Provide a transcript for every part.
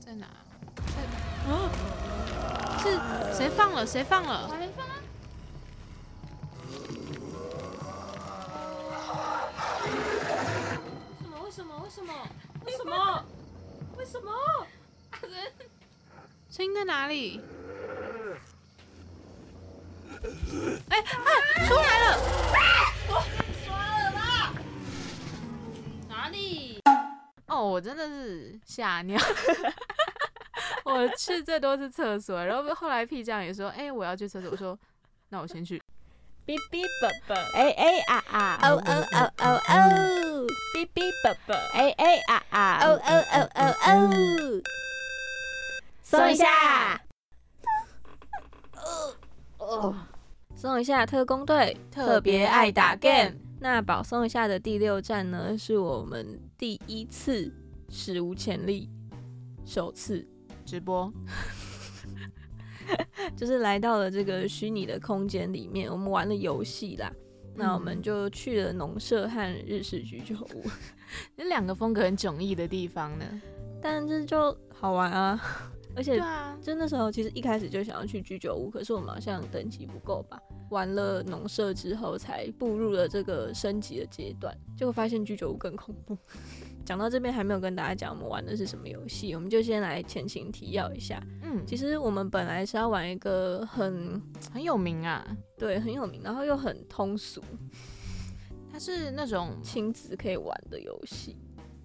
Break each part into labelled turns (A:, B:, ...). A: 在哪？在啊？是谁放了？谁放了？
B: 我还没放啊。
C: 为什么？为什么？为什么？为什么？为什么？
A: 声音在哪里？哎啊
C: 哪里？
A: 哦，我真的是吓尿。我去最多是厕所，然后后来屁酱也说：“哎、我要去厕所。”我说：“那我先去。
D: 哔哔啵啵，
E: 哎哎啊啊，哦哦哦哦哦，
D: 哔哔啵啵，
E: 哎哎啊啊，哦哦哦哦哦，松一下，
D: 送一下特工队，
A: 特别爱打 game。
D: 那保送一下的第六站呢，是我们第一次史无前例，首次”
A: 直播
D: 就是来到了这个虚拟的空间里面，我们玩了游戏啦。那我们就去了农舍和日式居酒屋，
A: 这两个风格很迥异的地方呢。
D: 但是就好玩啊！而且
A: 啊，
D: 就那时候，其实一开始就想要去居酒屋，可是我们好像等级不够吧。玩了农舍之后，才步入了这个升级的阶段，结果发现居酒屋更恐怖。 讲到这边还没有跟大家讲我们玩的是什么游戏，我们就先来前情提要一下。
A: 嗯，
D: 其实我们本来是要玩一个很
A: 很有名啊。
D: 对很有名，然后又很通俗，
A: 它是那种
D: 亲子可以玩的游戏。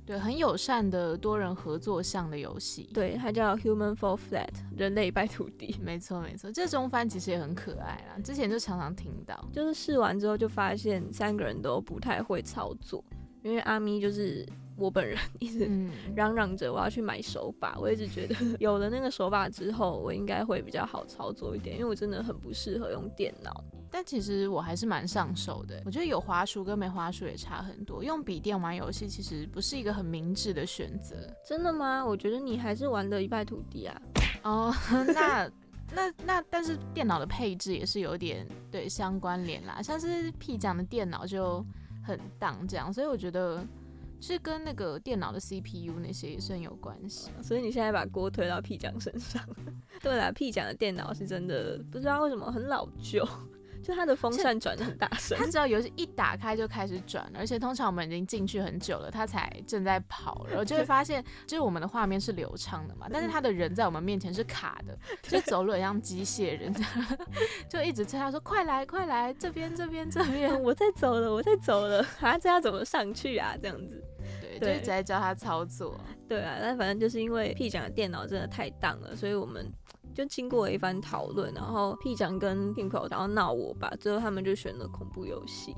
A: 对很友善的多人合作项的游戏。，
D: 对，它叫 Human Fall Flat，人类拜土地。
A: 没错没错，这中翻其实也很可爱啦，之前就常常听到。
D: 就是试完之后就发现三个人都不太会操作，因为阿咪就是我本人一直
A: 嗯，
D: 嚷嚷着我要去买手把，我一 直觉得有了那个手把之后，我应该会比较好操作一点，因为我真的很不适合用电脑。
A: 但其实我还是蛮上手的。我觉得有滑鼠跟没滑鼠也差很多。用笔电玩游戏其实不是一个很明智的选择。
D: 真的吗？我觉得你还是玩的一败涂地啊。
A: 哦，那那那，但是电脑的配置也是有点对相关联啦，像是 P 讲的电脑就很荡这样，所以我觉得是跟那个电脑的 CPU 那些也是很有关系。
D: 所以你现在把锅推到屁酱身上。 对啦，屁酱的电脑是真的不知道为什么很老旧， 就它的风扇转的很大声
A: 它。只要游戏一打开就开始转，而且通常我们已经进去很久了，它才正在跑，然后就会发现，就是我们的画面是流畅的嘛，但是它的人在我们面前是卡的，就走路很像机械人， 就一直催他说快来快来，这边这边这边，
D: 我在走了，我在走了，啊，这要怎么上去啊？这样子，
A: 对，就
D: 对
A: 一直在教他操作。
D: 对啊，但反正就是因为 P 讲的电脑真的太荡了，所以我们就经过了一番讨论，然后 P 讲跟 Pinko 然后闹我吧，最后他们就选了恐怖游戏。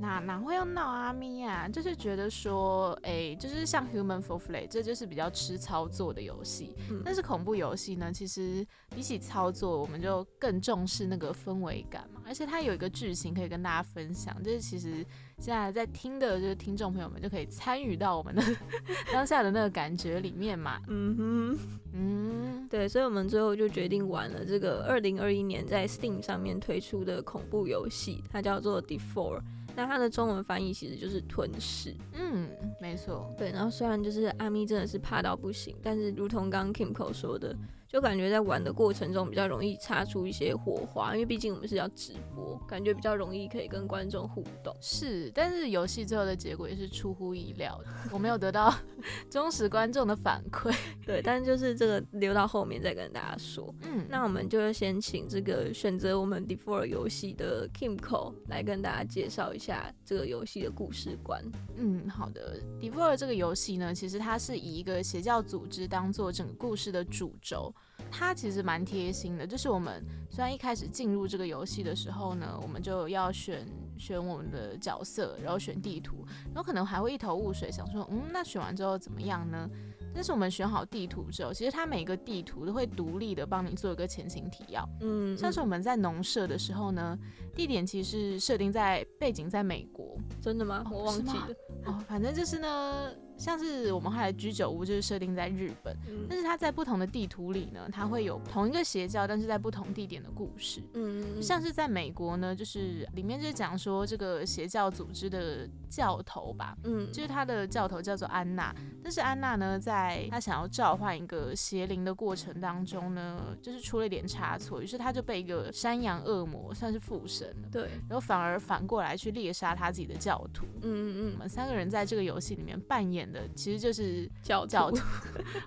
A: 哪哪会要闹阿咪啊？就是觉得说，哎、就是像 Human for Play，这就是比较吃操作的游戏。
D: 嗯
A: 但是恐怖游戏呢，其实比起操作，我们就更重视那个氛围感嘛。而且它有一个剧情可以跟大家分享，就是其实现在在听的就是听众朋友们就可以参与到我们的 当下的那个感觉里面嘛。
D: 嗯哼，
A: 嗯，
D: 对，所以我们最后就决定玩了这个二零二一年在 Steam 上面推出的恐怖游戏，它叫做 Defor。那它的中文翻译其实就是吞噬。
A: 嗯，没错，
D: 对，然后虽然就是阿咪真的是怕到不行，但是如同刚刚 Kimco 说的，就感觉在玩的过程中比较容易擦出一些火花，因为毕竟我们是要直播，感觉比较容易可以跟观众互动。
A: 是。但是游戏最后的结果也是出乎意料的，我没有得到 忠实观众的反馈。
D: 对，但是就是这个留到后面再跟大家说。
A: 嗯，
D: 那我们就先请这个选择我们 Defor 游戏的 Kimco 来跟大家介绍一下这个游戏的故事观。
A: 嗯，好的。d e v o r 这个游戏呢，其实它是以一个邪教组织当做整个故事的主轴，它其实蛮贴心的。就是我们虽然一开始进入这个游戏的时候呢，我们就要选选我们的角色，然后选地图，然后可能还会一头雾水，想说，嗯，那选完之后怎么样呢？但是我们选好地图之后，其实它每个地图都会独立的帮你做一个前情提要。
D: 嗯，
A: 像是我们在农舍的时候呢，地点其实是设定在背景在美国，
D: 真的吗？
A: 哦
D: 我忘
A: 是
D: 记
A: 吗
D: 了。
A: 哦，反正就是呢，像是我们后来居酒屋就是设定在日本，但是它在不同的地图里呢，它会有同一个邪教，但是在不同地点的故事。
D: 嗯，
A: 像是在美国呢，就是里面就讲说这个邪教组织的教头吧，
D: 嗯
A: 就是他的教头叫做安娜，但是安娜呢，在她想要召唤一个邪灵的过程当中呢，就是出了一点差错，于是她就被一个山羊恶魔算是附身了，
D: 对，
A: 然后反而反过来去猎杀他自己的教徒。
D: 嗯
A: 我
D: 嗯
A: 们三个人在这个游戏里面扮演的其实就是
D: 嗯，教
A: 教
D: 徒
A: 徒，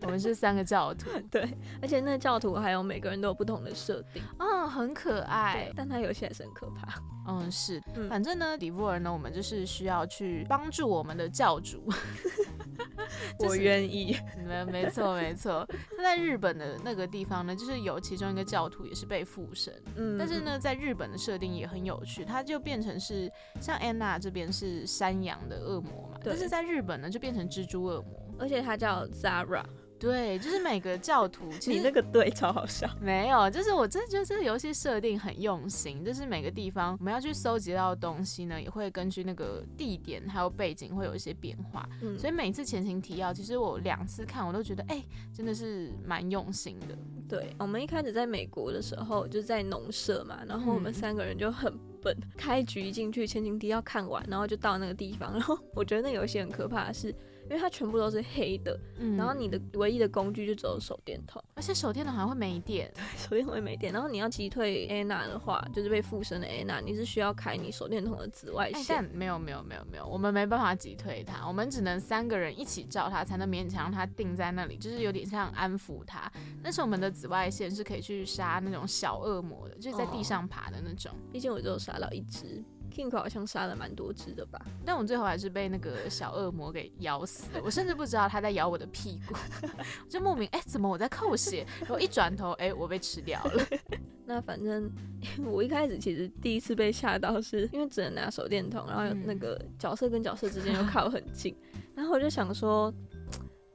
A: 我们是三个教徒，
D: 对，而且那教徒还有每个人都有不同的设定，
A: 嗯，很可爱
D: 对，，但他有些还是很可怕。
A: 嗯，是，
D: 嗯
A: 反正呢，迪布尔呢，我们就是需要去帮助我们的教主，就是
D: 我愿 意，
A: 没没错没错，他在日本的那个地方呢，就是有其中一个教徒也是被附身，
D: 嗯
A: 但是，呢，在日本的设定也很有趣，它就变成是像安娜这边是山羊的恶魔嘛，
D: 对
A: 但是在日本呢就变成蜘蛛恶魔，
D: 而且他叫 Zara，
A: 对，就是每个教 徒其
D: 你
A: 实
D: 那个对超好笑。
A: 没有，就是我真的觉得这个游戏设定很用心，就是每个地方我们要去搜集到的东西呢，也会根据那个地点还有背景会有一些变化。
D: 嗯
A: 所以每次前情提要，其实我两次看我都觉得，哎、真的是蛮用心的。
D: 对，我们一开始在美国的时候，就是在农舍嘛，然后我们
A: 嗯
D: 三个人就很笨，开局一进去千金堤要看完，然后就到那个地方，然后我觉得那游戏很可怕的是，因为它全部都是黑的，
A: 嗯
D: 然后你的唯一的工具就只有手电筒，
A: 而且手电筒还会没电，
D: 手电筒也没电，然后你要击退 Anna 的话，就是被附身的 Anna，你是需要开你手电筒的紫外
A: 哎、
D: 线。
A: 但没有没有没有没有，我们没办法击退他，我们只能三个人一起照他，才能勉强让他定在那里，就是有点像安抚他。但是我们的紫外线是可以去杀那种小恶魔的，就是在地上爬的那种。
D: 毕竟我只有杀到一只，Kingo 好像杀了蛮多只的吧？
A: 但我最后还是被那个小恶魔给咬死了，我甚至不知道他在咬我的屁股， 我就莫名哎、怎么我在扣血？然后一转头哎、我被吃掉了。
D: 那反正 我一开始其实第一次被吓到是，因为只能拿手电筒，然后有
A: 嗯
D: 那个角色跟角色之间又靠很近，然后我就想说，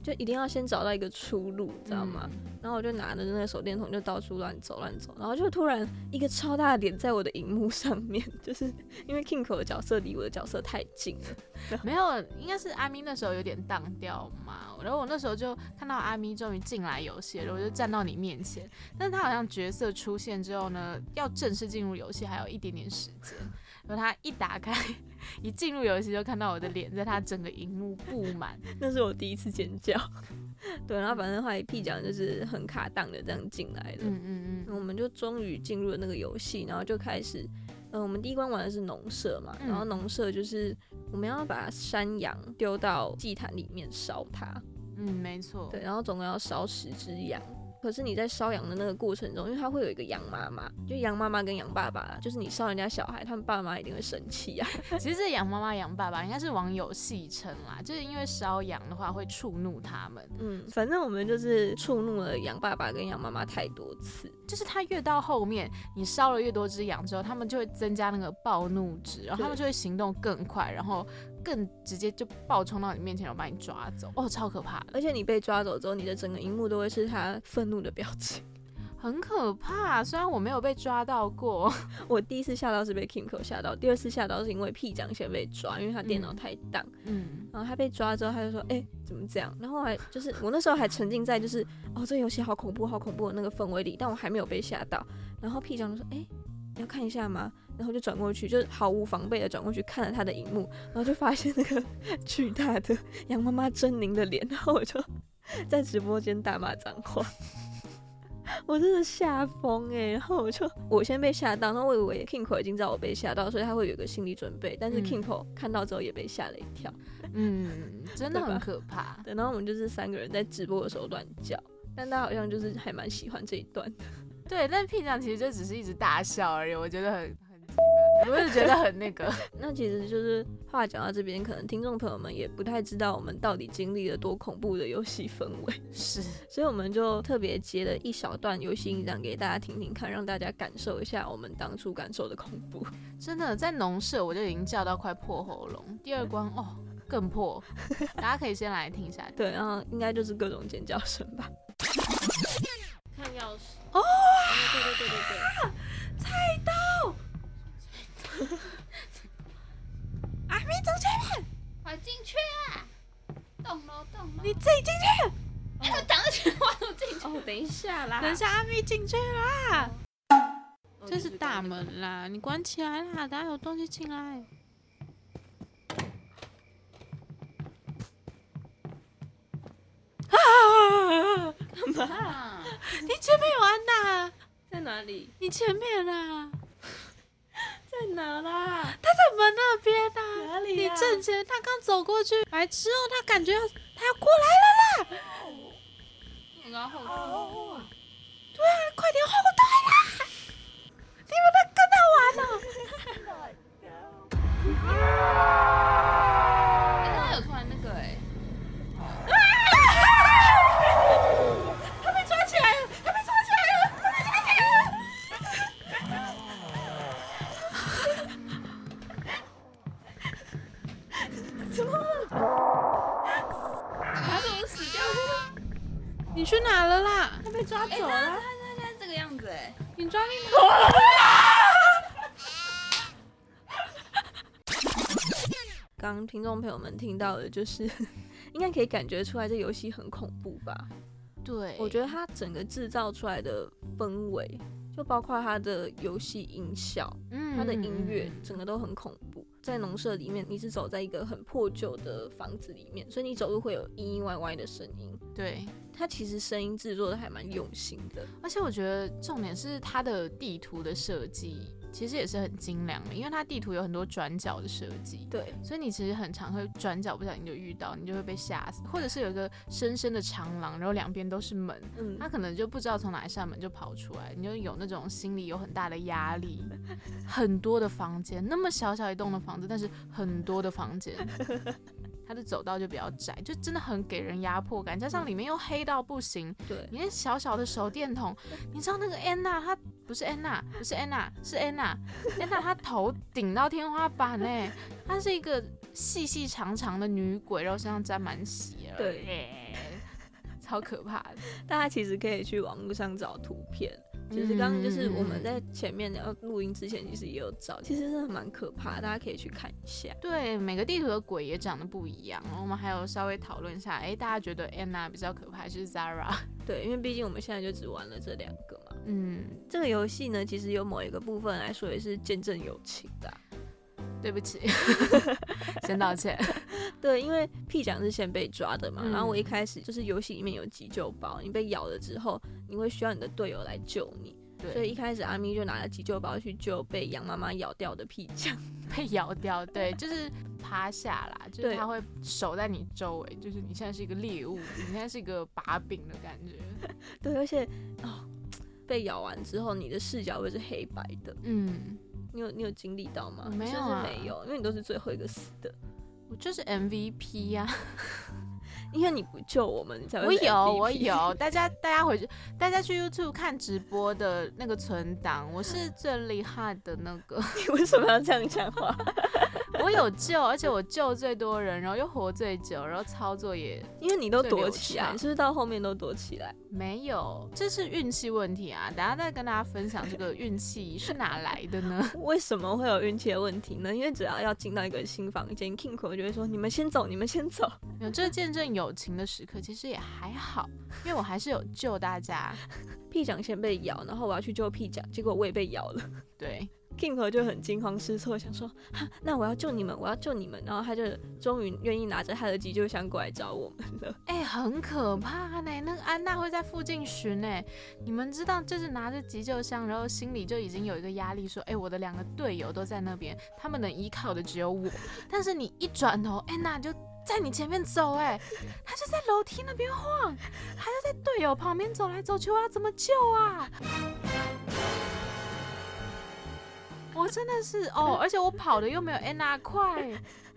D: 就一定要先找到一个出路，知道吗？然后我就拿着那个手电筒就到处乱走乱走，然后就突然一个超大的脸在我的荧幕上面， 就是因为 Kingo 的角色离我的角色太近了，
A: 没有，应该是阿咪那时候有点荡掉嘛。然后我那时候就看到阿咪终于进来游戏了，然后我就站到你面前。但是他好像角色出现之后呢，要正式进入游戏还有一点点时间。然后他一打开， 一进入游戏就看到我的脸在他整个荧幕布满。
D: 那是我第一次尖叫。 对，然后反正后来 P 讲就是很卡档的这样进来的，
A: 嗯嗯嗯，
D: 我们就终于进入了那个游戏，然后就开始，嗯、我们第一关玩的是农舍嘛，
A: 嗯
D: 然后农舍就是我们要把山羊丢到祭坛里面烧它，
A: 嗯，没错。
D: 对，然后总共要烧十只羊。可是你在烧羊的那个过程中，因为它会有一个羊妈妈，就羊妈妈跟羊爸爸，就是你烧人家小孩，他们爸妈一定会生气啊。
A: 其实这养妈妈、养爸爸应该是网友戏称啦，就是因为烧羊的话会触怒他们，
D: 嗯，反正我们就是触怒了羊爸爸跟羊妈妈太多次，
A: 就是他越到后面，你烧了越多只羊之后，他们就会增加那个暴怒值，然后他们就会行动更快，然后更直接就暴冲到你面前，然后把你抓走，哦，超可怕的，
D: 而且你被抓走之后，你的整个荧幕都会是他愤怒的表情。
A: 很可怕。虽然我没有被抓到过，
D: 我第一次吓到是被 Kimco 吓到，第二次吓到是因为 P 奖先被抓，因为他电脑太荡，
A: 嗯，
D: 然后他被抓之后，他就说：“哎、怎么这样？”然后我还就是我那时候还沉浸在就是哦，这个游戏好恐怖，好恐怖的那个氛围里，但我还没有被吓到。然后 P 奖就说：“哎、你要看一下吗？”然后就转过去，就是毫无防备的转过去看了他的荧幕，然后就发现那个 巨大的羊妈妈狰狞的脸，然后我就在直播间大骂脏话。 我真的吓疯哎！然后我就我先被吓到，那我以为 Kinko 已经知道我被吓到，所以他会有一个心理准备。但是
A: 嗯
D: Kinko 看到之后也被吓了一跳。
A: 嗯，真的
D: 对
A: 很
D: 吧
A: 可怕。
D: 对，然后我们就是三个人在直播的时候乱叫，但大家好像就是还蛮喜欢这一段的。
A: 对，但屁长其实就只是一直大笑而已，我觉得很很奇怪，我就觉得很那 个。
D: 那其实就是话讲到这边，可能听众朋友们也不太知道我们到底经历了多恐怖的游戏氛围，
A: 是，
D: 所以我们就特别截了一小段游戏音档给大家听听看，让大家感受一下我们当初感受的恐怖。
A: 真的在农舍我就已经叫到快破喉咙，第二关哦更 破，大家可以先来听一下。
D: 对，然后应该就是各种尖叫声吧。
C: 看钥匙。
D: 哦对对对对对。
C: 快进去啊！都动喽，动喽！
A: 你自己进去，
C: 哎，我挡着钱，我怎么进去？
D: 哦，等一下啦，
A: 等一下阿咪进去啦，
D: 哦，
A: 这是大门啦，你关起来啦，等下有东西进来。啊！
C: 啊
A: 你前面有安娜，啊
D: 在哪里？
A: 你前面啦，
D: 在哪啦？
A: 她在门那边呐、
D: 哪里啊
A: 你
D: 呀
A: 正前，她刚走过去，白痴哦，她感觉要她要过来了啦！
C: 哦
A: 哦
C: 然后我就
A: 对啊，快点后退啦！你们在跟她玩呢、
C: 哎，刚刚有突然那个哎，
A: 他被抓起来了！他被抓起来了！他被抓起来了！
C: 他怎么死掉了？
A: 你去哪了啦？
D: 被抓
C: 哎，他他他现在这个样子哎，
A: 你抓紧
D: 刚听众朋友们听到的，就是 应该可以感觉出来，这游戏很恐怖吧？
A: 对，
D: 我觉
A: 得
D: 得它整个制造出来的氛围，就包括它的游戏音效、它的音
A: 嗯
D: 乐，整个都很恐怖。在农舍里面，你是走在一个很破旧的房子里面，所以你走路会有嘤嘤歪歪的声音。
A: 对，
D: 它其实声音制作的还蛮用心的，
A: 而且我觉得重点是它的地图的设计，其实也是很精良的，因为它地图有很多转角的设计。
D: 对，
A: 所以你其实很常会转角不小心就遇到，你就会被吓死，或者是有一个深深的长廊，然后两边都是门，
D: 嗯，
A: 他可能就不知道从哪一扇门就跑出来，你就有那种心里有很大的压力。很多的房间，那么小小一栋的房子，但是很多的房间，它的走道就比较窄，就真的很给人压迫感。加上里面又黑到不行，
D: 对，
A: 你那小小的手电筒，你知道那个安娜，她不是安娜，不是安娜，是安娜， 安娜她头顶到天花板哎、她是一个细细长长的女鬼，然后身上沾满血了，
D: 对
A: 哎，超可怕的。
D: 大家其实可以去网络上找图片。就是刚刚
A: 嗯
D: 就是我们在前面要录音之前，其实也有找，其实真的蛮可怕的，大家可以去看一下。
A: 对每个地图的鬼也长得不一样，然后我们还有稍微讨论一下，哎，大家觉得 Anna 比较可怕还是 Zara？
D: 对，因为毕竟我们现在就只玩了这两个嘛。
A: 嗯，
D: 这个游戏呢，其实有某一个部分来说也是见证友情的啊、
A: 对不 起，先道歉。
D: 对，因为 P 奖是先被抓的嘛，
A: 嗯
D: 然后我一开始就是游戏里面有急救包，你被咬了之后，你会需要你的队友来救你，所以
A: 对，
D: 一开始阿咪就拿了急救包去救被羊妈妈咬掉的 P 奖。
A: 被咬掉，对，就是趴下啦，就是
D: 对
A: 他会守在你周围，就是你现在是一个猎物，你现在是一个把柄的感觉。
D: 对，而且哦，被咬完之后，你的视角会是黑白的，
A: 嗯，
D: 你有你有经历到吗？
A: 我没有啊
D: 就是没有，因为你都是最后一个死的，
A: 我就是 MVP 呀、
D: 因为你不救我们，你才
A: 我
D: 会是
A: 有，我
D: MVP
A: 有，大 家大家回去，大家去 YouTube 看直播的那个存档，我是最厉害的那个。
D: 你为什么要这样讲话？
A: 我有救，而且我救最多人，然后又活最久，然后操作也
D: 因为你都
A: 最
D: 躲
A: 流
D: 起来，
A: 畅
D: 你是不是到后面都躲起来？
A: 没有，这是运气问题啊！等下再跟大家分享这个运气是哪来的呢？
D: 为什么会有运气的问题呢？因为只要要进到一个新房间，King 口就会说：“你们先走，你们先走。
A: 有这个见证友情的时刻，其实也还好，因为我还是有救大家。”
D: P 奖先被咬，然后我要去救 P 奖，结果我也被咬了。
A: 对，
D: King 口就很惊慌失措，想说：“哈，那我要救你们，我要救你们。”然后他就终于愿意拿着他的急救箱过来找我们 了。
A: 哎、很可怕呢、那个安娜会在附近巡呢、哎你们知道，就是拿着急救箱，然后心里就已经有一个压力，说，哎、我的两个队友都在那边，他们能依靠的只有我。但是你一转头，安娜就在你前面走、哎，她就在楼梯那边晃，她就在队友旁边走来走去，我要怎么救啊？ 我真的是哦，而且我跑的又没有安娜快，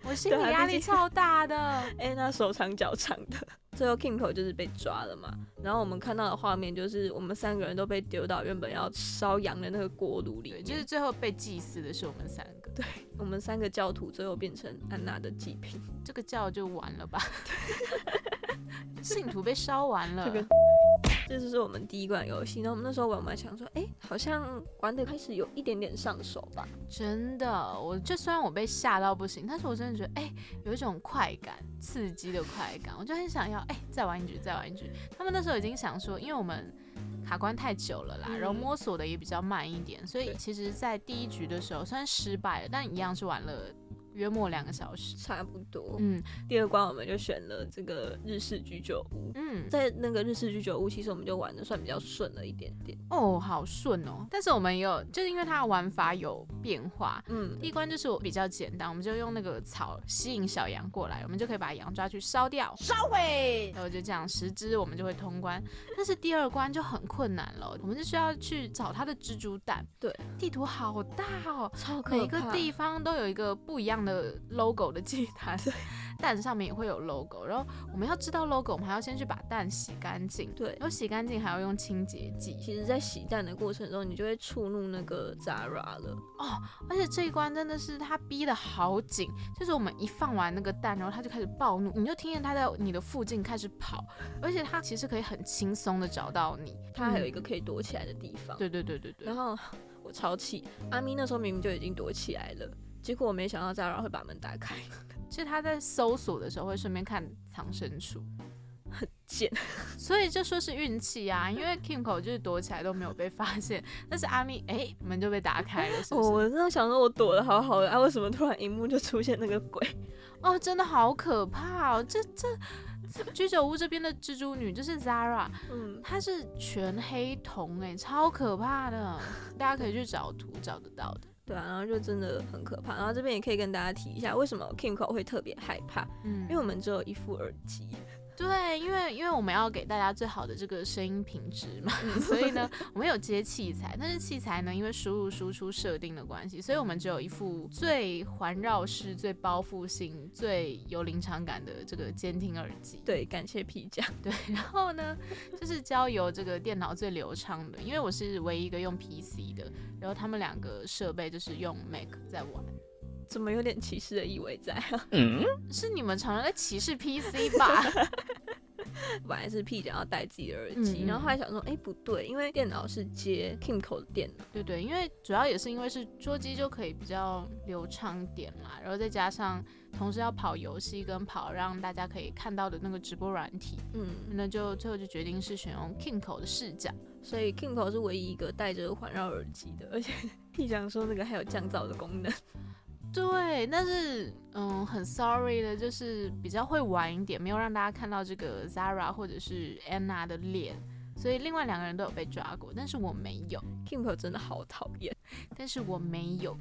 A: 我心
D: 对啊
A: 理压
D: 毕
A: 力
D: 竟
A: 超大的。
D: 哎，那手长脚长的。 最后 King 口就是被抓了嘛，然后我们看到的画面就是我们三个人都被丢到原本要烧羊的那个锅炉里
A: 对，
D: 面，
A: 就是最后被祭祀的是我们三个，对，
D: 我们三个教徒最后变成安娜的祭品。
A: 这 个教就完了吧？信徒被烧完了，
D: 这个这就是我们第一关游戏。然后我们那时候玩玩想说，哎、好像玩的开始有一点点上手吧。
A: 真的，我就虽然我被吓到不行，但是我真的觉得，哎、有一种快感，刺激的快感，我就很想要，哎、再玩一局，再玩一局。他们那时候已经想说，因为我们卡关太久了啦，
D: 嗯
A: 然后摸索的也比较慢一点，所以
D: 对
A: 其实，在第一局的时候虽然失败了，但一样是玩了约莫两个小时。
D: 差不多，
A: 嗯
D: 第二关我们就选了这个日式居酒屋，
A: 嗯，
D: 在那个日式居酒屋，其实我们就玩的算比较顺了一点点。
A: 哦，好顺哦。但是我们也有，就是因为它的玩法有变化，
D: 嗯，
A: 第一关就是我比较简单，我们就用那个草吸引小羊过来，我们就可以把羊抓去烧掉，烧毁。然后就这样十只，我们就会通关。但是第二关就很困难了，我们就需要去找它的蜘蛛蛋。
D: 对，
A: 地图好大哦，
D: 超可怕。
A: 每一个地方都有一个不一样的 logo 的祭坛，蛋上面也会有 logo。然后我们要知道 logo，我们还要先去把蛋洗干净，
D: 对
A: 然，后洗干净还要用清洁剂。
D: 其实，在洗蛋的过程中，你就会触怒那个 Zara 了。
A: 而且这一关真的是他逼得好紧，就是我们一放完那个蛋，然后他就开始暴怒，你就听见他在你的附近开始跑，而且他其实可以很轻松的找到你。
D: 它还有一个可以躲起来的地方。
A: 对对对对对
D: 然，后我超气，阿咪那时候明明就已经躲起来了，结果我没想到 Zara 会把门打开，
A: 其实他在搜索的时候会顺便看藏身 处，
D: 贱。
A: 所以就说是运气啊，因为 Kimco 就是躲起来都没有被发现，但是阿咪哎门就被打开了，是
D: 我
A: 不是？
D: 哦我那时候想说，我躲得好好的，啊，为什么突然荧幕就出现那个鬼？
A: 哦，真的好可怕哦！这这这居酒屋这边的蜘蛛女就是 Zara，
D: 嗯，
A: 它是全黑瞳哎、超可怕的，大家可以去找图找得到的。
D: 对啊，然后就真的很可怕。然后这边也可以跟大家提一下，为什么 Kimco 会特别害怕，
A: 嗯
D: 因为我们只有一副耳机。
A: 对，因为因为我们要给大家最好的这个声音品质嘛， 所以呢，我们有接器材，但是器材呢，因为输入输出设定的关系，所以我们只有一副最环绕式、最包覆性、最有临场感的这个监听耳机。
D: 对，感谢皮夹。
A: 对， 然后呢，就是交由这个电脑最流畅的，因为我是唯一一个用 PC 的，然后他们两个设备就是用 Mac 在玩。
D: 怎么有点歧视的意味在啊？
A: 是你们常常在歧视 PC 吧？
D: 本来是屁讲要戴自己的耳
A: 嗯
D: 机，
A: 嗯
D: 然后后来想说，哎、不对，因为电脑是接 Kimco 的电脑，
A: 对对，因为主要也是因为是桌机就可以比较流畅一点啦，然后再加上同时要跑游戏跟跑让大家可以看到的那个直播软体，
D: 嗯，
A: 那就最后就决定是选用 Kinko 的视角。
D: 所
A: 嗯
D: 以 Kimco 是唯一一个戴着环绕耳机的，而且 屁讲说那个还有降噪的功能，
A: 对，但是嗯，很 sorry 的，就是比较会玩一点，没有让大家看到这个 Zara 或者是 Anna 的脸，所以另外两个人都有被抓过，但是我没有，
D: Kimco 真的好讨厌，
A: 但是我没 有，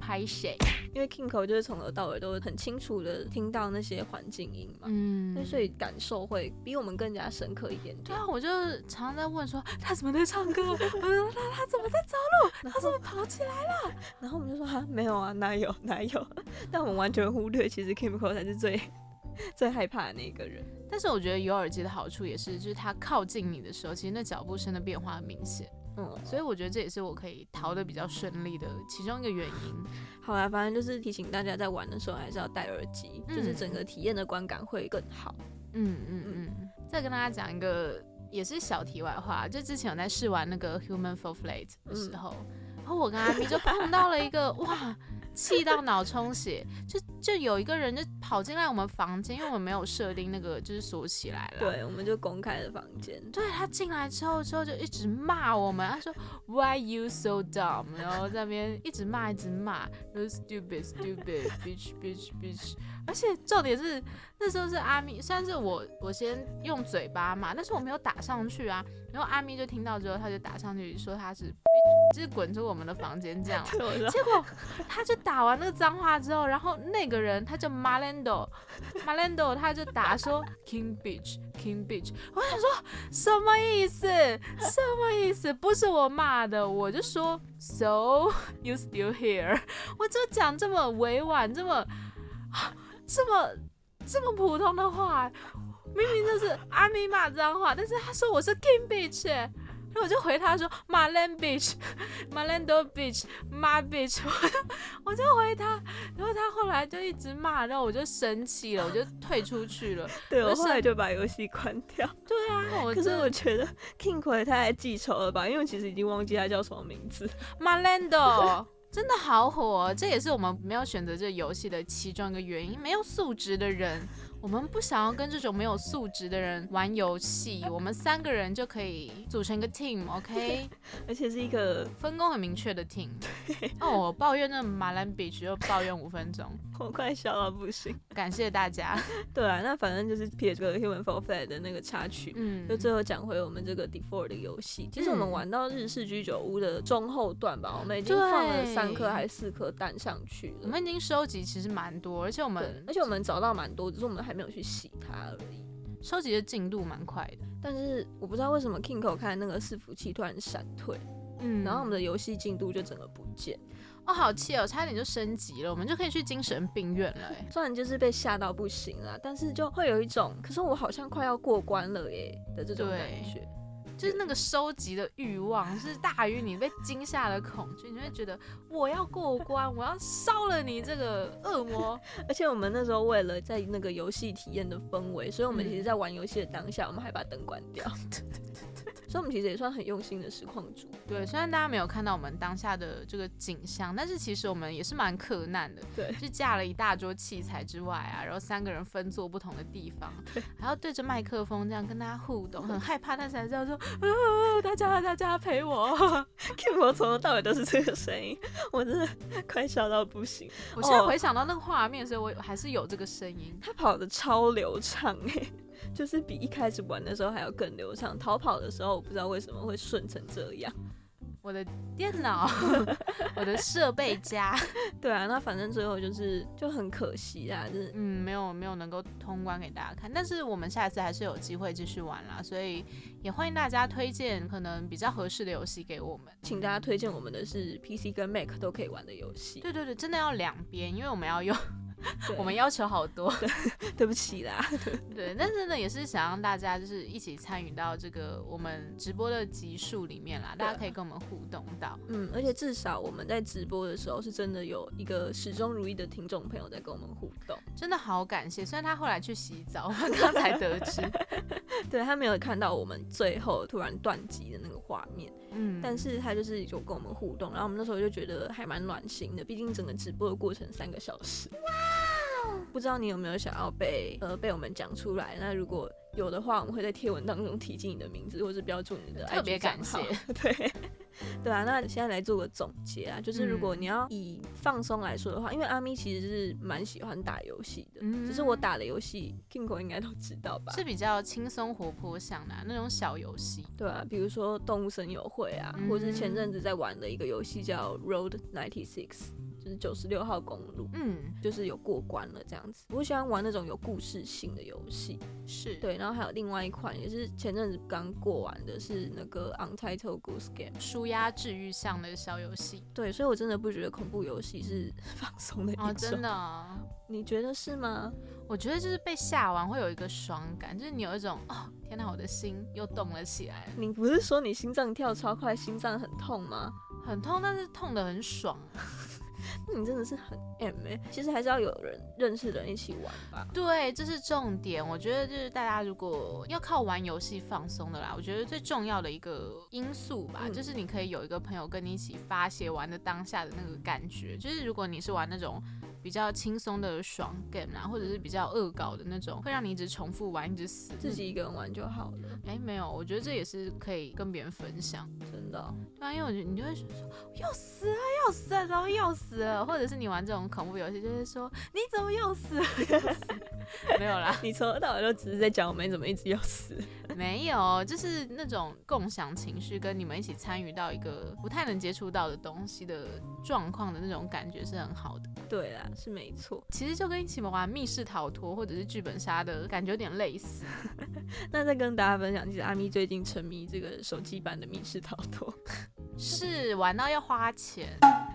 A: 拍谁？
D: 因为 Kimco 就是从头到尾都很清楚的听到那些环境音嘛，
A: 嗯
D: 那、所以感受会比我们更加深刻一点
A: 对
D: 点。
A: 啊，我就常常在问说他怎么在唱歌， 我就说他他怎么在走，
D: 然
A: 他怎
D: 后，
A: 么跑起来？
D: 然后我们就说哈，没有啊，哪有 哪有，但我们完全忽略，其实 Kimco 才是最 最害怕的那个人。
A: 但是我觉得有耳机的好处也是，就是它靠近你的时候，其实那脚步声的变化很明显，
D: 嗯，
A: 所以我觉得这也是我可以逃得比较顺利的其中一个原因。
D: 好啦，反正就是提醒大家在玩的时候还是要戴耳机，
A: 嗯
D: 就是整个体验的观感会更好。
A: 嗯嗯嗯。再跟大家讲一个也是小题外话，就之前我在试玩那个 Human for Flight 的时候，然后我跟阿咪就碰到了一个哇。气到脑充血，就就有一个人就跑进来我们房间，因为我们没有设定那个就是锁起来了。
D: 对，我们就公开了房间，
A: 对他进来之后，之后就一直骂我们，他说 Why you so dumb，然后在那边一直骂，一直骂，就是 stupid stupid bitch bitch bitch。而且重点是那时候是阿咪，虽然是我我先用嘴巴骂，但是我没有打上去啊。然后阿咪就听到之后，他就打上去说他是 bitch，就是滚出我们的房间这样啦。
D: 对，我说
A: 结果他就打完那个脏话之后，然后那个人他叫 Malendo Malendo，他就打说 King Bitch King Bitch，我想说什么意思？什么意思？不是我骂的，我就说 So you still here？我就讲这么委婉，这么这么这么普通的话，明明就是阿咪骂脏话，但是他说我是 King Bitch，欸、然后我就回他说 Malan Beach、Malando Beach、Ma Beach，我 就我就回他，然后他后来就一直骂，然后我就生气了，我就退出去了。
D: 对我
A: 而且
D: 后来就把游戏关掉。
A: 对啊，我
D: 可是
A: 真
D: 我觉得 King 回他太记仇了吧，因为我其实已经忘记他叫什么名字。
A: Malando 真的好火哦、这也是我们没有选择这个游戏的其中一个原因。没有素质的人，我们不想要跟这种没有素质的人玩游戏。我们三个人就可以组成一个 team，OK，、
D: 而且是一个
A: 分工很明确的 team。哦，我抱怨那马兰比只又抱怨五分钟，
D: 我快笑到不行。
A: 感谢大家。
D: 对啊，那反正就是撇这个 Human Fall Flat 的那个插曲。
A: 嗯，
D: 就最后讲回我们这个 d e f o r 的游戏，其实我们
A: 嗯
D: 玩到日式居酒屋的中后段吧，我们已经
A: 对
D: 放了三颗还是四颗蛋上去
A: 嗯我
D: 了。
A: 们已经收集其实蛮多，而且我
D: 对
A: 们，
D: 而且我们找到蛮多，只是我们还没有去洗它而已。
A: 收集的进度蛮快的。
D: 但是我不知道为什么 Kingo 看那个伺服器突然闪退，
A: 嗯
D: 然后我们的游戏进度就整个不见。
A: 哦，好气哦，差点就升级了，我们就可以去精神病院了。哎，
D: 虽然就是被吓到不行啦，但是就会有一种，可是我好像快要过关了耶的这种
A: 对
D: 感觉。
A: 就是那个收集的欲望是大于你被惊吓的恐惧，你会觉得我要过关，我要烧了你这个恶魔。
D: 而且我们那时候为了在那个游戏体验的氛围，所以我
A: 嗯
D: 们其实，在玩游戏的当下，我们还把灯关 掉。所以我们其实也算很用心的实况 组。
A: 对，虽然大家没有看到我们当下的这个景象，但是其实我们也是蛮克难的。
D: 对
A: 就架了一大桌器材之外啊，然后三个人分坐不同的地方，还要对着麦克风这样跟大家互动，很害怕，但是还是要说，
D: 嗯
A: 呃，大家大家陪 我。
D: Kim 我从头到尾都是这个声音，我真的快笑到不行。
A: 我现在
D: 哦
A: 回想到那个画面，所以我还是有这个声音。
D: 他跑的超流畅哎、 就是比一开始玩的时候还要更流畅。逃跑的时候，我不知道为什么会顺成这样。
A: 我的电脑， 我的设备夹。
D: 对啊，那反正最后就是就很可惜啊，就是
A: 嗯，没有没有能够通关给大家看，但是我们下次还是有机会继续玩啦，所以也欢迎大家推荐可能比较合适的游戏给我们。
D: 请大家推荐我们的是 PC 跟 Mac 都可以玩的游戏。
A: 对对对，真的要两边，因为我们要用，
D: 对
A: 我们要求好多。
D: 对不起啦，
A: 对，但是呢，也是想让大家就是一起参与到这个我们直播的集数里面啦，
D: 对啊
A: 大家可以跟我们互动到。
D: 嗯，而且至少我们在直播的时候是真的有一个始终如一的听众朋友在跟我们互动，
A: 真的好感谢，虽然他后来去洗澡，我们刚才得 知，
D: 对他没有看到我们最后突然断机的那个画面，
A: 嗯，
D: 但是他就是有跟我们互动，然后我们那时候就觉得还蛮暖心的，毕竟整个直播的过程三个小时。
A: 哦
D: 不知道你有没有想要被呃被我们讲出来？那如果有的话，我们会在贴文当中提及你的名字，或是标注你的 IG
A: 特别感谢
D: 账号。对。对啊，那现在来做个总结啊，就是如果
A: 嗯
D: 你要以放松来说的话，因为阿咪其实是蛮喜欢打游戏的，
A: 嗯
D: 只是我打的游戏 Kingo 应该都知道吧？
A: 是比较轻松活泼向的啊、那种小游戏，
D: 对啊，比如说动物森友会啊，
A: 嗯
D: 或是前阵子在玩的一个游戏叫 Road Ninety Six，就是九十六号公路，
A: 嗯，
D: 就是有过关了这样子。我喜欢玩那种有故事性的游戏。
A: 是
D: 对，然后还有另外一款也是前阵子刚过完的是那个 Untitled Goose Game。
A: 舒压治愈向的小游戏
D: 对，所以我真的不觉得恐怖游戏是 放松的一种。
A: 哦，真的哦、
D: 你觉得是吗？
A: 我觉得就是被吓完会有一个爽感，就是你有一种哦，天哪，我的心又动了起来，
D: 你不是说你心脏跳超快，心脏很痛吗？
A: 很痛，但是痛的很爽。啊
D: 那你真的是很 M 哎、其实还是要有人认识的人一起玩吧。
A: 对，这是重点。我觉得就是大家如果要靠玩游戏放松的啦，我觉得最重要的一个因素吧，
D: 嗯
A: 就是你可以有一个朋友跟你一起发泄玩的当下的那个感觉。就是如果你是玩那种比较轻松的爽 game 啦，或者是比较恶搞的那种，会让你一直重复玩，一直死
D: 自己一个人玩就好了，
A: 哎，没有，我觉得这也是可以跟别人分享。
D: 真的哦、
A: 对啊，因为我觉得你就会说又死了，又死了，然后又死了，或者是你玩这种恐怖游戏，就会说你怎么又死了，又死了没有啦，
D: 你从头到尾都只是在讲我们怎么一直要死。
A: 没有，就是那种共享情绪，跟你们一起参与到一个不太能接触到的东西的状况的那种感觉是很好的。
D: 对啦，是没错。
A: 其实就跟一起玩密室逃脱或者是剧本杀的感觉有点类似。
D: 那再跟大家分享，其实阿咪最近沉迷这个手机版的密室逃脱。
A: 是玩到要花钱，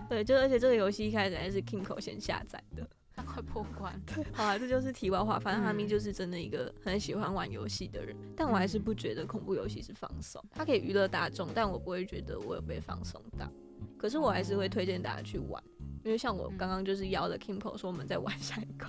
D: 对，就而且这个游戏一开始还是 Kingo 先下载的，
A: 快破关。
D: 好啊，这就是题外话。反正哈咪
A: 嗯
D: 就是真的一个很喜欢玩游戏的人，但我还是
A: 嗯
D: 不觉得恐怖游戏是放松。它可以娱乐大众，但我不会觉得我有被放松到。可是我还是会推荐大家去玩，因为像我
A: 嗯
D: 刚刚就是邀了 Kimpo 说我们在玩下一关，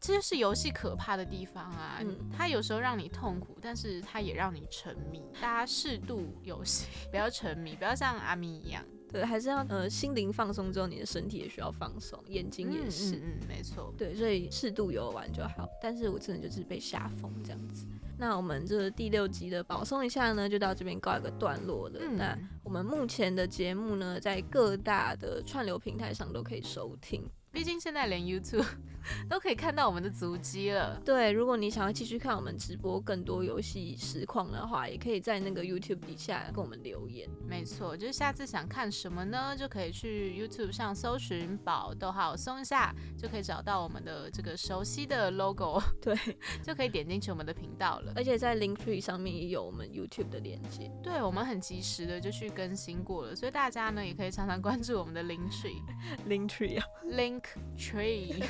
A: 这就是游戏可怕的地方啊！
D: 嗯
A: 它有时候让你痛苦，但是它也让你沉迷。大家适度游戏， 不要沉迷，不要像阿咪一样。
D: 对，还是要呃心灵放松之后，你的身体也需要放松，眼睛也是。
A: 嗯嗯嗯，没错。
D: 对，所以适度游玩就好。但是我真的就是被吓疯这样子。那我们这第六集的保送一下呢，就到这边告一个段落了。
A: 嗯，
D: 那我们目前的节目呢，在各大的串流平台上都可以收听。
A: 毕竟现在连 YouTube 都可以看到我们的足迹了。
D: 对，如果你想要继续看我们直播更多游戏实况的话，也可以在那个 YouTube 底下跟我们留言。
A: 没错，就是下次想看什么呢，就可以去 YouTube 上搜寻“宝逗号松下”，就可以找到我们的这个熟悉的 logo，
D: 对，
A: 就可以点进去我们的频道了。
D: 而且在 Linktree 上面也有我们 YouTube 的链接。
A: 对我们很及时的就去更新过了，所以大家呢也可以常常关注我们的 Link Tree
D: Linktree 啊，
A: Link Tree。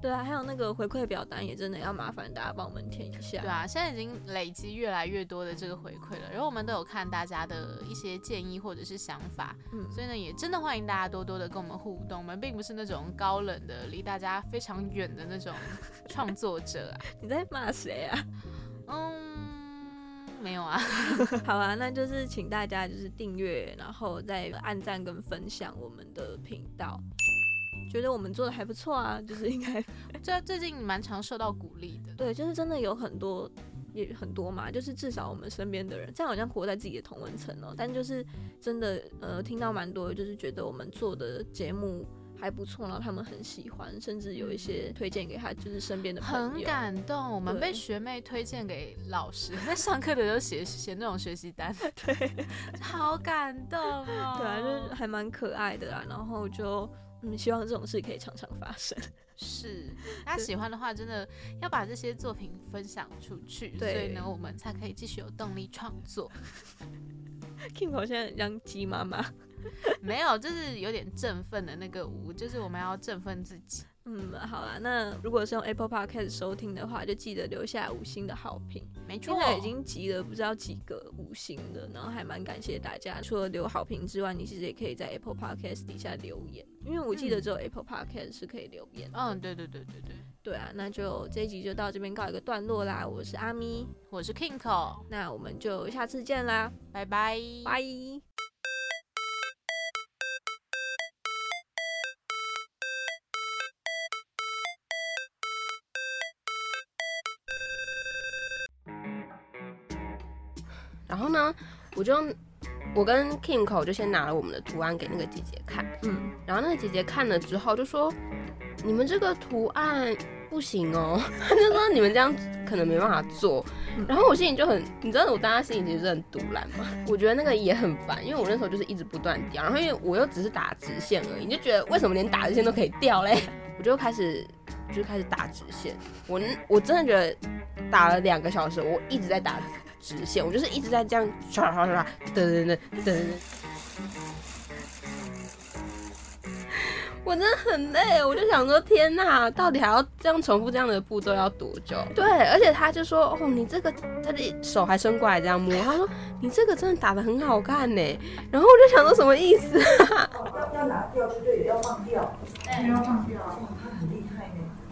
D: 对啊，还有那个回馈表单也真的要麻烦大家帮我们填一下。
A: 对啊，现在已经累积越来越多的这个回馈了，然后我们都有看大家的一些建议或者是想法，
D: 嗯
A: 所以呢也真的欢迎大家多多的跟我们互动。我们并不是那种高冷的、离大家非常远的那种创作者啊。
D: 你在骂谁啊？
A: 嗯，没有啊，
D: 好啊，那就是请大家就是订阅，然后再按赞跟分享我们的频道。觉得我们做的还不错啊，就是应该
A: 这最近蛮常受到鼓励的。
D: 对，就是真的有很多也很多嘛，就是至少我们身边的人，这样好像活在自己的同温层哦。但就是真的呃，听到蛮多，就是觉得我们做的节目还不错，然后他们很喜欢，甚至有一些推荐给他，就是身边的朋友。
A: 很感动，我们
D: 对
A: 被学妹推荐给老师， 在上课的时候写写那种学习单，
D: 对。
A: 好感动 哦。
D: 对啊，就是还蛮可爱的啦。然后就嗯，希望这种事可以常常发生。
A: 是，大家喜欢的话，真的要把这些作品分享出去，所
D: 对
A: 以呢，我们才可以继续有动力创作。
D: Kingo 现在很像鸡妈妈，
A: 没有，就是有点振奋的那个舞，就是我们要振奋自己。
D: 嗯，好啦，那如果是用 Apple Podcast 收听的话，就记得留下五星的好评。
A: 没错
D: 现，在已经集了不知道几个五星了，然后还蛮感谢大家。除了留好评之外，你其实也可以在 Apple Podcast 底下留言，因为我记得只有 Apple Podcast 是可以留言。
A: 嗯，对对对对对，
D: 对啊，那就这一集就到这边告一个段落啦。我是阿咪，
A: 我是 Kingo，
D: 那我们就下次见啦，
A: 拜拜，
D: 拜。
E: 然后呢，我就我跟 Kingo 就先拿了我们的图案给那个姐姐看，
D: 嗯，
E: 然后那个姐姐看了之后就说：“你们这个图案不行哦。” 她就说：“你们这样可能没办法做。”然后我心里就很，你知道我当时心里其实很堵然吗？我觉得那个也很烦，因为我那时候就是一直不断掉，然后因为我又只是打直线而已，你就觉得为什么连打直线都可以掉嘞？ 我就开始就开始打直线，我我真的觉得打了两个小时，我一直在打直线，我就是一直在这样刷刷刷刷，噔噔噔噔噔。我真的很累，我就想说，天呐，到底还要这样重复这样的步骤要多久？对，而且他就说，哦，你这个，他的手还伸过来这样摸，他说你这个真的打得很好看呢。然后我就想说，什么意思？
B: 要拿掉，对不对？也要放掉，对，要放掉。哇，他很厉害呢。